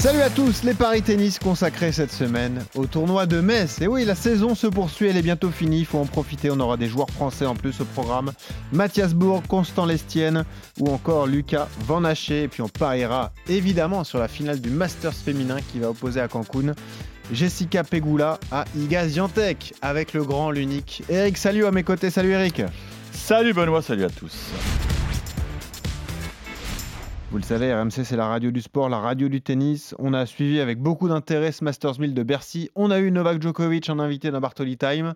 Salut à tous, les paris tennis consacrés cette semaine au tournoi de Metz. Et oui, la saison se poursuit, elle est bientôt finie, il faut en profiter, on aura des joueurs français en plus au programme. Mathias Bourg, Constant Lestienne ou encore Lucas Van Haché. Et puis on pariera évidemment sur la finale du Masters féminin qui va opposer à Cancun Jessica Pegula à Iga Ziantec avec le grand, l'unique Eric. Salut à mes côtés, salut Eric. Salut Benoît, salut à tous. Vous le savez, RMC, c'est la radio du sport, la radio du tennis. On a suivi avec beaucoup d'intérêt ce Masters 1000 de Bercy. On a eu Novak Djokovic en invité d'un Bartoli Time.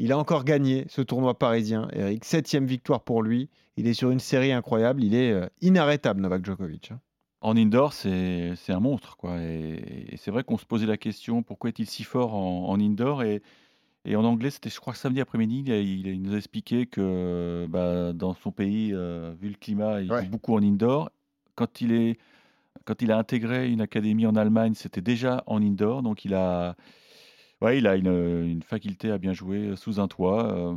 Il a encore gagné ce tournoi parisien, Eric. Septième victoire pour lui. Il est sur une série incroyable. Il est euh, inarrêtable, Novak Djokovic. hein. En indoor, c'est c'est un monstre. Quoi. Et, et c'est vrai qu'on se posait la question pourquoi est-il si fort en, en indoor et, et en anglais, c'était, je crois, samedi après-midi, il, a- il- il nous a expliqué que bah, dans son pays, euh, vu le climat, il Ouais. joue beaucoup en indoor. Quand il, est, quand il a intégré une académie en Allemagne, c'était déjà en indoor. Donc il a, ouais, il a une, une faculté à bien jouer sous un toit. euh,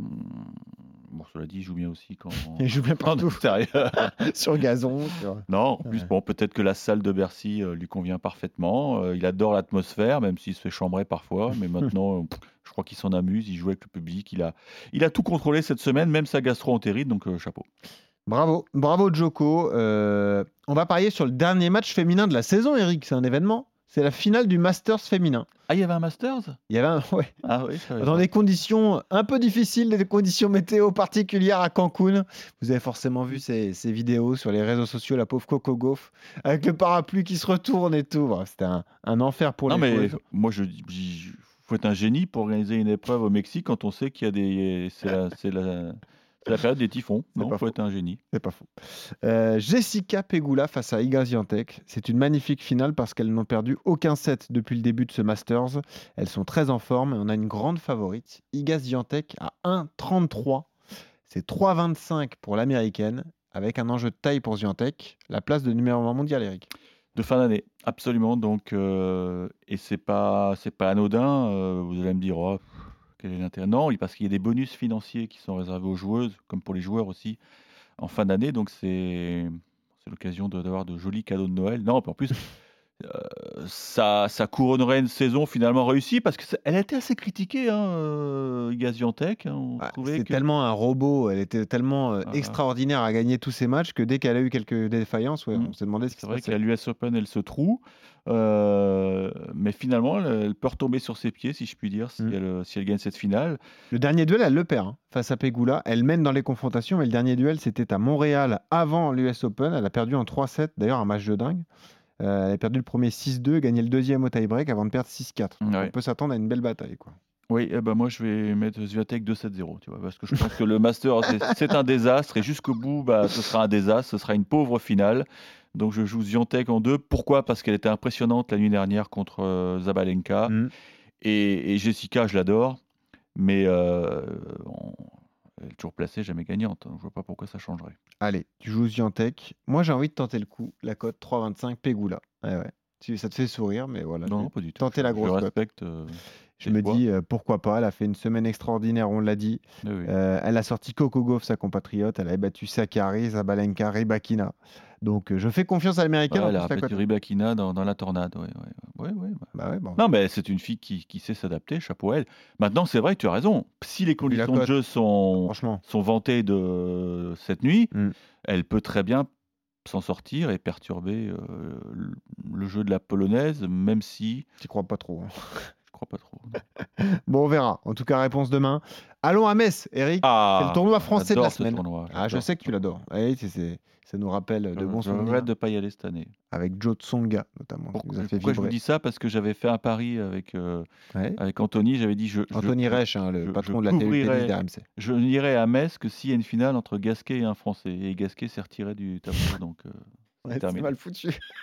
bon, cela dit, il joue bien aussi quand. Il joue bien en partout, extérieur. sur le gazon. sur- Non, en plus, Ouais. bon, peut-être que la salle de Bercy euh, lui convient parfaitement. Euh, il adore l'atmosphère, même s'il se fait chambrer parfois. Mais maintenant, euh, pff, je crois qu'il s'en amuse. Il joue avec le public. Il a, il a tout contrôlé cette semaine, même sa gastro-entérite. Donc, euh, chapeau. Bravo, bravo Joko. Euh, on va parier sur le dernier match féminin de la saison, Eric. C'est un événement. C'est la finale du Masters féminin. Ah, il y avait un Masters Il y avait un- ouais, Ah oui, ça va être- dans des conditions un peu difficiles, des conditions météo particulières à Cancun. Vous avez forcément vu ces, ces vidéos sur les réseaux sociaux, la pauvre Coco Gauff, avec le parapluie qui se retourne et tout. Bref, C'était un, un enfer pour Non, les mais joueuses. moi, je dis. je- faut être un génie pour organiser une épreuve au Mexique quand on sait qu'il y a des. C'est la, c'est la, c'est la période des typhons. C'est Non, pas faut être un génie. C'est pas faux. Euh, Jessica Pegula face à Iga Ziantec. C'est une magnifique finale parce qu'elles n'ont perdu aucun set depuis le début de ce Masters. Elles sont très en forme et on a une grande favorite. Iga Ziantec à 1,33. C'est 3,25 pour l'américaine avec un enjeu de taille pour Ziantec. La place de numéro 1 mondial, Eric. De fin d'année, absolument. Donc, euh, et c'est pas, c'est pas anodin. euh, vous allez me dire, oh, quel est l'intérêt Non, parce qu'il y a des bonus financiers qui sont réservés aux joueuses, comme pour les joueurs aussi, en fin d'année. Donc, c'est, c'est l'occasion de- d'avoir de jolis cadeaux de Noël. Non, puis en plus, euh, ça, ça couronnerait une saison finalement réussie parce qu'elle a été assez critiquée, hein, euh, Iga Swiatek, hein, on Ouais, trouvait Bah, C'est que- tellement un robot. Elle était tellement euh, Ah. extraordinaire à gagner tous ces matchs que dès qu'elle a eu quelques défaillances, ouais, Mm. on s'est demandé ce qui C'est se vrai que passait. la US Open, elle se troue. euh, mais finalement, elle, elle peut retomber sur ses pieds, si je puis dire, si, Mm. elle, si elle gagne cette finale. Le dernier duel, elle le perd hein, face à Pegula. Elle mène dans les confrontations, mais le dernier duel, c'était à Montréal avant l'US Open. Elle a perdu en 3-7, d'ailleurs un match de dingue. Euh, elle a perdu le premier 6-2, gagné le deuxième au tie-break avant de perdre 6-4. Donc, Ouais. On peut s'attendre à une belle bataille. Quoi. Oui, eh ben moi, je vais mettre Zviatek 2-7-0, tu vois, parce que je pense que le Master, c'est- c'est un désastre. Et jusqu'au bout, bah, ce sera un désastre, ce sera une pauvre finale. Donc, je joue Zviatek en deux. Pourquoi Parce qu'elle était impressionnante la nuit dernière contre euh, Zabalenka. Mm. Et, et Jessica, je l'adore, mais euh, on- elle est toujours placée, jamais gagnante. Donc, je vois pas pourquoi ça changerait. Allez, tu joues Ziantec. Moi, j'ai envie de tenter le coup. La cote 3-25, Pegula. Eh Ouais, ouais. Tu- Ça te fait sourire, mais voilà. Non, Bah, tu- non, pas du tout. tenter la Je- grosse Je cote. respecte. euh, Je des me fois. dis euh, pourquoi pas. Elle a fait une semaine extraordinaire, on l'a dit. oui, oui. Euh, elle a sorti Coco Gauff, sa compatriote. Elle a battu Sakari, Zabalenka, Rybakina. Donc, euh, je fais confiance à l'américaine. Ouais, en elle plus, la a cote- répété Ribakina dans, dans la tornade. ouais, ouais, ouais, ouais, bah. Bah ouais, bon. Non, mais c'est une fille qui, qui sait s'adapter, chapeau à elle. Maintenant, c'est vrai, tu as raison. Si les conditions de cote. jeu sont, Franchement, sont vantées de cette nuit, Mm. elle peut très bien s'en sortir et perturber euh, le- le jeu de la polonaise, même si j'y crois pas trop. hein. je crois pas trop. Bon, on verra. En tout cas, réponse demain. Allons à Metz, Eric. Ah, c'est le tournoi français de la j'adore ce semaine. tournoi, Ah, je j'adore. sais que tu l'adores. Oui, c'est- c'est- ça nous rappelle de bons Euh, Je souvenirs. regrette de pas y aller cette année. Avec Joe Tsonga, notamment. qui nous Pourquoi, a fait pourquoi je vous vibrer. dis ça Parce que j'avais fait un pari avec, euh, Ouais. avec Anthony. J'avais dit je, je- Anthony Reich, hein, le je- patron je de la télé couvrirai- tennis d'RMC. Je n'irai à Metz que s'il y a une finale entre Gasquet et un Français. Et Gasquet s'est retiré du tableau. donc, euh, Ouais, c'est terminé. mal foutu.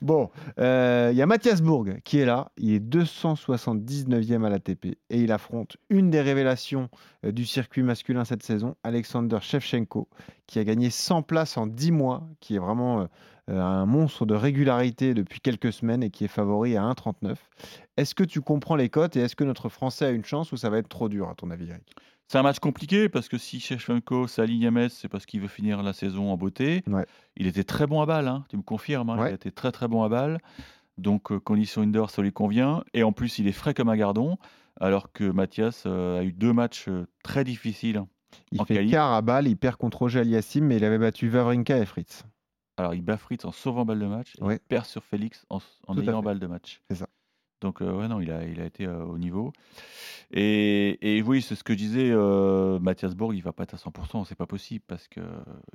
bon, euh, il y a Mathias Bourg qui est là. Il est 279e à l'ATP et il affronte une des révélations euh, du circuit masculin cette saison, Alexander Shevchenko, qui a gagné 100 places en 10 mois, qui est vraiment euh, euh, un monstre de régularité depuis quelques semaines et qui est favori à 1,39. Est-ce que tu comprends les cotes et est-ce que notre Français a une chance ou ça va être trop dur à ton avis, Eric C'est un match compliqué parce que si Shevchenko s'aligne à Metz, c'est parce qu'il veut finir la saison en beauté. Ouais. Il était très bon à balle, hein, tu me confirmes. hein, Il Ouais. a été très très bon à balle. Donc, euh, condition indoor, ça lui convient. Et en plus, il est frais comme un gardon. Alors que Mathias euh, a eu deux matchs euh, très difficiles. Il En fait qualif. quart à balle, il perd contre Roger Aliassim, mais il avait battu Vavrinka et Fritz. Alors, il bat Fritz en sauvant balle de match. Et Ouais. il perd sur Félix en, en Tout à ayant fait. balle de match. C'est ça. Donc, euh, ouais, non, il a, il a été euh, au niveau. Et, et oui, c'est ce que disait euh, Mathias Borg, il va pas être à 100%, c'est pas possible parce que euh,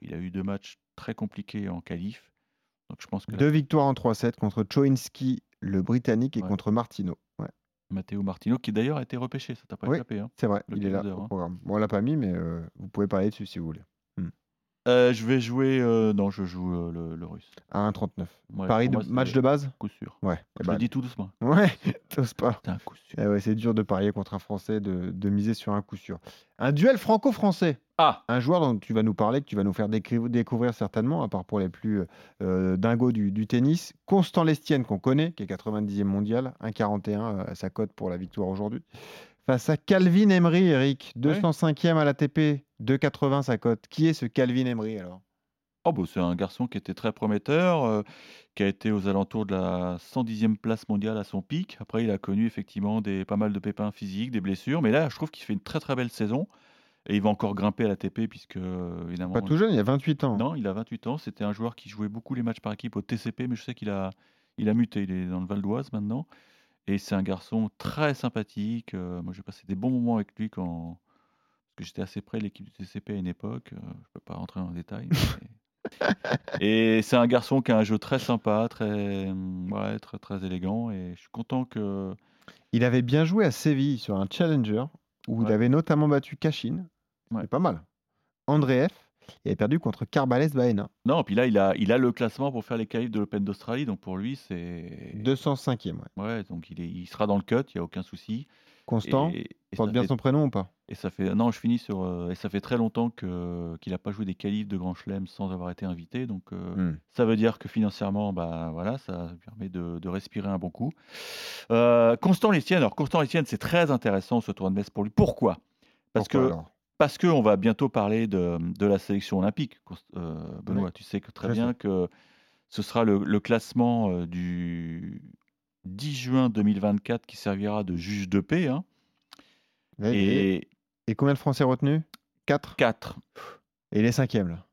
il a eu deux matchs très compliqués en qualif. Donc, je pense que Deux victoires en 3-7 contre Choinski, le Britannique, et Ouais. contre Martino. Ouais, Matteo Martino, qui d'ailleurs a été repêché, ça t'a pas Oui. échappé. hein. c'est vrai, Le il est là teaser, au hein. programme. Bon, on l'a pas mis, mais euh, vous pouvez parler dessus si vous voulez. Euh, je vais jouer. euh, non, je joue euh, le, le russe. À 1,39. Ouais, Paris pour de- moi, c'est match de base Coup sûr. Ouais. eh Je ben, le dis tout doucement. Ouais, t'oses pas. C'est un coup sûr. Eh ouais, c'est dur de parier contre un Français, de, de miser sur un coup sûr. Un duel franco-français. Ah Un joueur dont tu vas nous parler, que tu vas nous faire décri- découvrir certainement, à part pour les plus euh, dingos du, du tennis. Constant Lestienne, qu'on connaît, qui est 90e mondial, 1,41 euh, à sa cote pour la victoire aujourd'hui. Face à Calvin Emery, Eric, 205e à l'ATP, 2,80 sa cote. Qui est ce Calvin Emery alors Oh, bah, c'est un garçon qui était très prometteur, euh, qui a été aux alentours de la 110e place mondiale à son pic. Après, il a connu effectivement des, pas mal de pépins physiques, des blessures, mais là, je trouve qu'il fait une très très belle saison. Et il va encore grimper à la TP, puisque euh, évidemment. Pas tout jeune, il a 28 ans. Non, il a 28 ans. C'était un joueur qui jouait beaucoup les matchs par équipe au TCP, mais je sais qu'il a, il a muté. Il est dans le Val d'Oise maintenant. Et c'est un garçon très sympathique. Euh, moi, j'ai passé des bons moments avec lui quand parce que j'étais assez près de l'équipe du TCP à une époque. Euh, je peux pas rentrer dans le détail. mais- et c'est un garçon qui a un jeu très sympa, très, mm, ouais, très, très élégant. Et je suis content que. Il avait bien joué à Séville sur un challenger où il Ouais. avait notamment battu Kashin. Ouais. C'est pas mal. Andreev, il avait perdu contre Carbales Baena, Non, puis là, il a, il a le classement pour faire les qualifs de l'Open d'Australie. Donc pour lui, c'est. 205e. ouais. Ouais, donc il, est, il sera dans le cut, il n'y a aucun souci. Constant, Et- et porte ça bien fait- son prénom ou pas Et ça fait non, je finis sur euh, et ça fait très longtemps que qu'il n'a pas joué des qualifs de Grand Chelem sans avoir été invité, donc euh, Hmm. ça veut dire que financièrement, bah voilà, ça permet de, de respirer un bon coup. Euh, Constant Lestienne, alors Constant Lestienne, c'est très intéressant ce tour de Metz pour lui. Pourquoi Parce Pourquoi que alors parce qu'on va bientôt parler de, de la sélection olympique. Const- euh, Benoît, tu sais que très Je bien que ce sera le, le classement euh, du 10 juin 2024 qui servira de juge de paix. hein. Ouais, et... et et combien de Français retenus 4 4 Et les 5e là.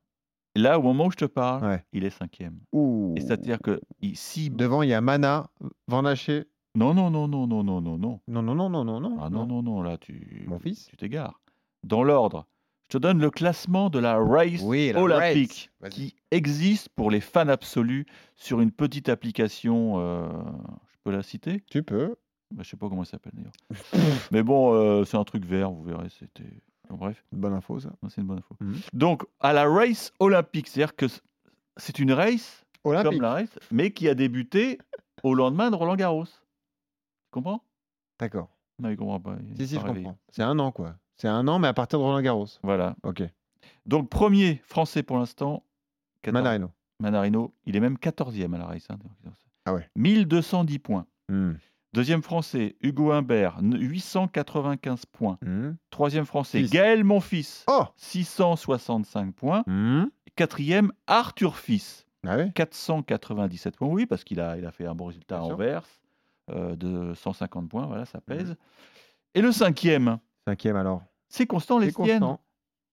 Là, au moment où je te parle, Ouais. Oh. il est cinquième. Ouh. Et c'est-à-dire que il- si... Devant, il y a Mana, Van Haché. Non, non, non, non, non, non, non, non. Non, non, non, non, non, non. Ah non, non, non, là, tu... Mon fils. Tu t'égares. Dans l'ordre, je te donne le classement de la race Oui, la olympique race. Vas-y. qui existe pour les fans absolus sur une petite application, euh, je peux la citer Tu peux. Bah, Je sais pas comment elle s'appelle d'ailleurs. Mais bon, euh, c'est un truc vert, vous verrez, c'était... Bon, bref. Bonne info ça. Non, c'est une bonne info. Mhm. Donc, à la race olympique, c'est-à-dire que c- c'est une race Olympique. comme la race, mais qui a débuté au lendemain de Roland Garros. Tu comprends D'accord. Non, il comprend pas. il Si, est si, pas je réveillé. comprends. C'est un an quoi. C'est un an, mais à partir de Roland Garros. Voilà. Ok. Donc, premier français pour l'instant, 14 Manarino. Manarino. Il est même 14e à la race. hein. Ah ouais. 1210 points. Hmm. Deuxième français, Hugo Humbert, 895 points. Hmm. Troisième français, Fils. Gaël Monfils, Oh 665 points. Hmm. Quatrième, Arthur Fils, Ah ouais 497 points, oui, parce qu'il a, il a fait un bon résultat à Bien sûr. Mhm. Anvers euh, de 150 points, voilà, ça pèse. Et le cinquième, Cinquième alors. c'est Constant C'est Lestienne. constant.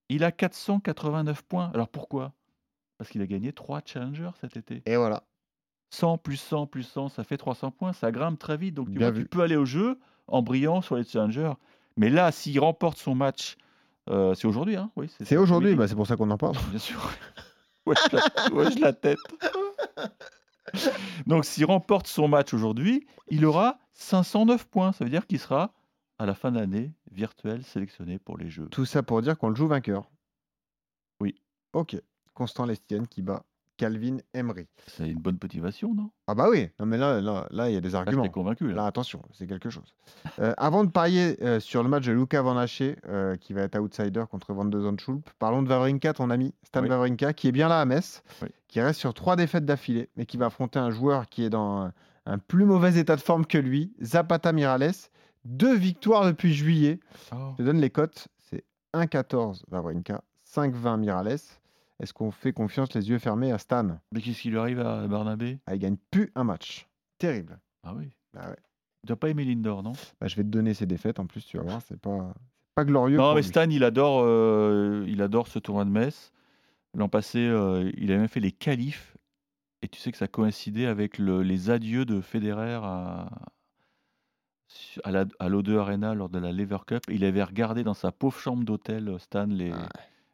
Il a 489 points. Alors pourquoi Parce qu'il a gagné 3 Challengers cet été. Et voilà. 100 plus 100 plus 100, ça fait 300 points, ça grimpe très vite. Donc tu, Bien vois, tu vu. peux aller au jeu en brillant sur les Challengers. Mais là, s'il remporte son match, euh, c'est aujourd'hui, hein oui, C'est aujourd'hui, samedi. bah, c'est pour ça qu'on en parle. Bien sûr. Ouais, je la, ouais, je la tête. Donc, s'il remporte son match aujourd'hui, il aura 509 points. Ça veut dire qu'il sera, à la fin de l'année, virtuel sélectionné pour les Jeux. Tout ça pour dire qu'on le joue vainqueur. Oui. Ok. Constant Lestienne qui bat Calvin Emery. C'est une bonne motivation, non Ah bah oui, non mais là, là, là, il y a des Là, je arguments. t'ai convaincu. Là. Là, attention, c'est quelque chose. Euh, avant de parier euh, sur le match de Luca Van Haché, euh, qui va être outsider contre Van de Zandschulp, parlons de Vavrinka, ton ami, Stan Oui. Wawrinka, qui est bien là à Metz, Oui. qui reste sur trois défaites d'affilée, mais qui va affronter un joueur qui est dans un, un plus mauvais état de forme que lui, Zapata Mirales. Deux victoires depuis juillet. Oh. Je te donne les cotes. C'est 1,14 Vavrinka, 5,20 Mirales. Est-ce qu'on fait confiance les yeux fermés à Stan Mais qu'est-ce qui lui arrive à Barnabé ah, Il gagne plus un match. Terrible. Ah oui. Ah ouais. Tu n'as pas aimé Lindor, non Bah, je vais te donner ses défaites en plus, tu vas voir, c'est pas, c'est pas glorieux. Non, pour mais lui. Stan, il adore, euh, il adore ce tournoi de Metz. L'an passé, euh, il a même fait les qualifs. Et tu sais que ça coïncidait avec le- les adieux de Federer à, à la- à l'O2 Arena lors de la Lever Cup. Il avait regardé dans sa pauvre chambre d'hôtel, euh, Stan, les, Ah ouais.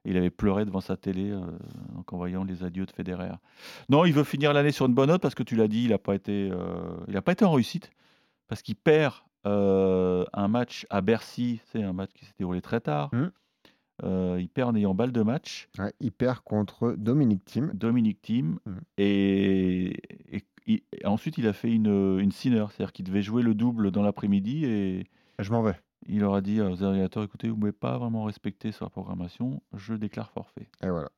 et il avait pleuré devant sa télé euh, donc en voyant les adieux de Federer. Non, il veut finir l'année sur une bonne note parce que tu l'as dit, il n'a pas, été, euh, il a pas été en réussite. Parce qu'il perd euh, un match à Bercy, c'est un match qui s'est déroulé très tard. Mhm. Euh, il perd en ayant balle de match. Ouais, il perd contre Dominique Thiem. Dominique Thiem. Mhm. Et, et- et- et ensuite, il a fait une, une sinner, c'est-à-dire qu'il devait jouer le double dans l'après-midi et Je m'en vais. il leur a dit aux organisateurs écoutez, vous ne pouvez pas vraiment respecter sur la programmation, je déclare forfait. Et voilà.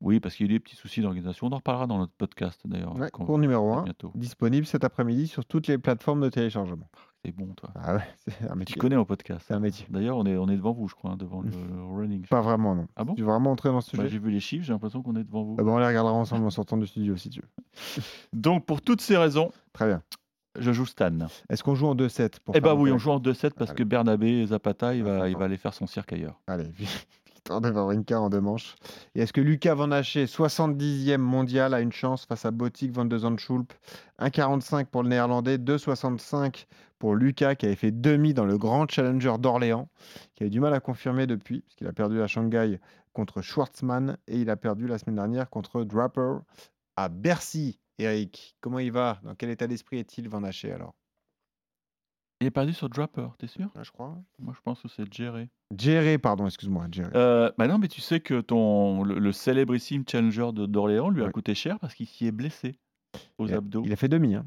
Oui, parce qu'il y a eu des petits soucis d'organisation. On en reparlera dans notre podcast d'ailleurs. Ouais, hein. qu'on- cours numéro très 1, bientôt. disponible cet après-midi sur toutes les plateformes de téléchargement. C'est bon, toi. Ah ouais, c'est un Tu métier. connais en podcast. C'est un métier. D'ailleurs, on est, on est devant vous, je crois, hein, devant le running. Pas vraiment, non. Ah bon Tu veux vraiment entrer dans ce Bah, sujet J'ai vu les chiffres, j'ai l'impression qu'on est devant vous. Ah bah, On les regardera ensemble en sortant du studio si tu veux. Donc, pour toutes ces raisons, Très bien. je joue Stan. Est-ce qu'on joue en 2-7 pour Eh faire bah un oui, peu- on joue en 2-7 parce Allez. que Bernabé et Zapata, il Ah, va, il d'accord. va aller faire son cirque ailleurs. Allez, victoire de Wawrinka en deux manches. Et est-ce que Lucas Van Haché, 70e mondial, a une chance face à Botic Van de Zandschulp 1,45 pour le néerlandais, 2,65 pour Lucas, qui avait fait demi dans le grand challenger d'Orléans, qui avait du mal à confirmer depuis, parce qu'il a perdu à Shanghai contre Schwartzmann et il a perdu la semaine dernière contre Draper à Bercy. Eric, comment il va Dans quel état d'esprit est-il Van Haché alors Il est perdu sur Draper, t'es sûr Bah, Je crois. Moi, je pense que c'est géré. Géré, pardon, excuse-moi, Géré. Euh, bah non, mais tu sais que ton, le, le célébrissime challenger de- d'Orléans lui a Ouais. coûté cher parce qu'il s'y est blessé aux abdos. Il a fait demi, hein.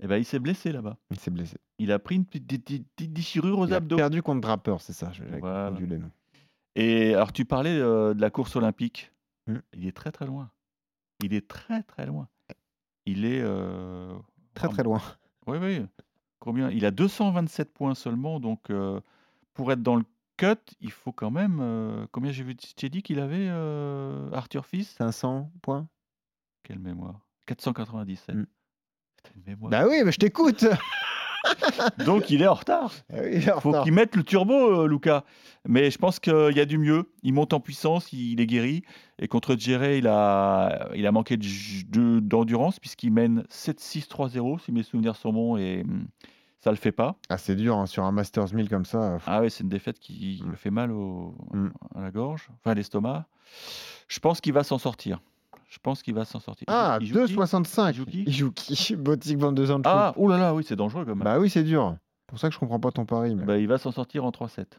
Et ben il s'est blessé là-bas. il s'est blessé. Il a pris une petite, petite- petite déchirure aux Il a abdos. perdu contre Draper, c'est ça. J'avais Voilà. confondu les noms. Et alors, tu parlais euh, de la course olympique. Hmm. Il est très très loin. Il est très très loin. Il est. euh, Très très loin. Oui, oui. Combien Il a 227 points seulement. Donc, euh, pour être dans le cut, il faut quand même. euh, combien j'ai vu de dit qu'il avait euh, Arthur Fils 500 points. Quelle mémoire 497. Hmm. Putain, une mémoire. Bah oui, mais je t'écoute. Donc, il est en retard. Ah oui, il est en faut retard. qu'il mette le turbo, euh, Lucas. Mais je pense qu'il y a du mieux. Il monte en puissance, il est guéri. Et contre Djéré, il a, il a manqué de ju- de- d'endurance puisqu'il mène 7-6-3-0, si mes souvenirs sont bons, et hum, ça le fait pas. Ah, c'est dur hein, sur un Masters 1000 comme ça. pff, Ah ouais, c'est une défaite qui Mm. le fait mal au, Mm. à la gorge, enfin à l'estomac. Je pense qu'il va s'en sortir. Je pense qu'il va s'en sortir. Il joue- Ah, il joue qui 2,65. Il joue qui Il joue qui Botic 22 ans de Ah, oh là là, oui, c'est dangereux quand même. Bah oui, c'est dur. C'est pour ça que je comprends pas ton pari. mais- Bah, il va s'en sortir en 3-7.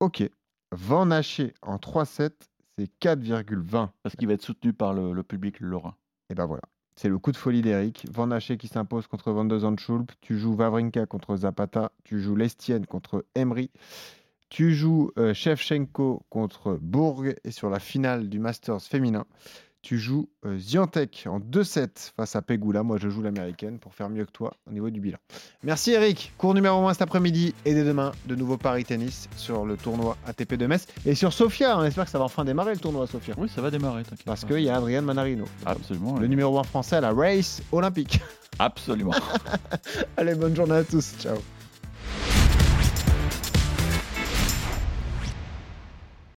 Ok. Van Haché en 3-7, c'est 4,20. Parce qu'il va être soutenu par le, le public lorrain. Et ben voilà. C'est le coup de folie d'Eric. Van Haché qui s'impose contre Van de Zandschulp. Tu joues Vavrinka contre Zapata. Tu joues Lestienne contre Emery. Tu joues euh, Shevchenko contre Bourg. Et sur la finale du Masters féminin, tu joues euh, Ziontek en 2-7 face à Pegula. Moi, je joue l'américaine pour faire mieux que toi au niveau du bilan. Merci Eric. Cours numéro 1 cet après-midi. Et dès demain, de nouveau Paris Tennis sur le tournoi ATP de Metz. Et sur Sofia. On espère que ça va enfin démarrer le tournoi à Sofia. Oui, ça va démarrer, t'inquiète. Parce pas. qu'il y a Adrian Manarino. Absolument. Le numéro 1 français à la race olympique. Absolument. Allez, bonne journée à tous. Ciao.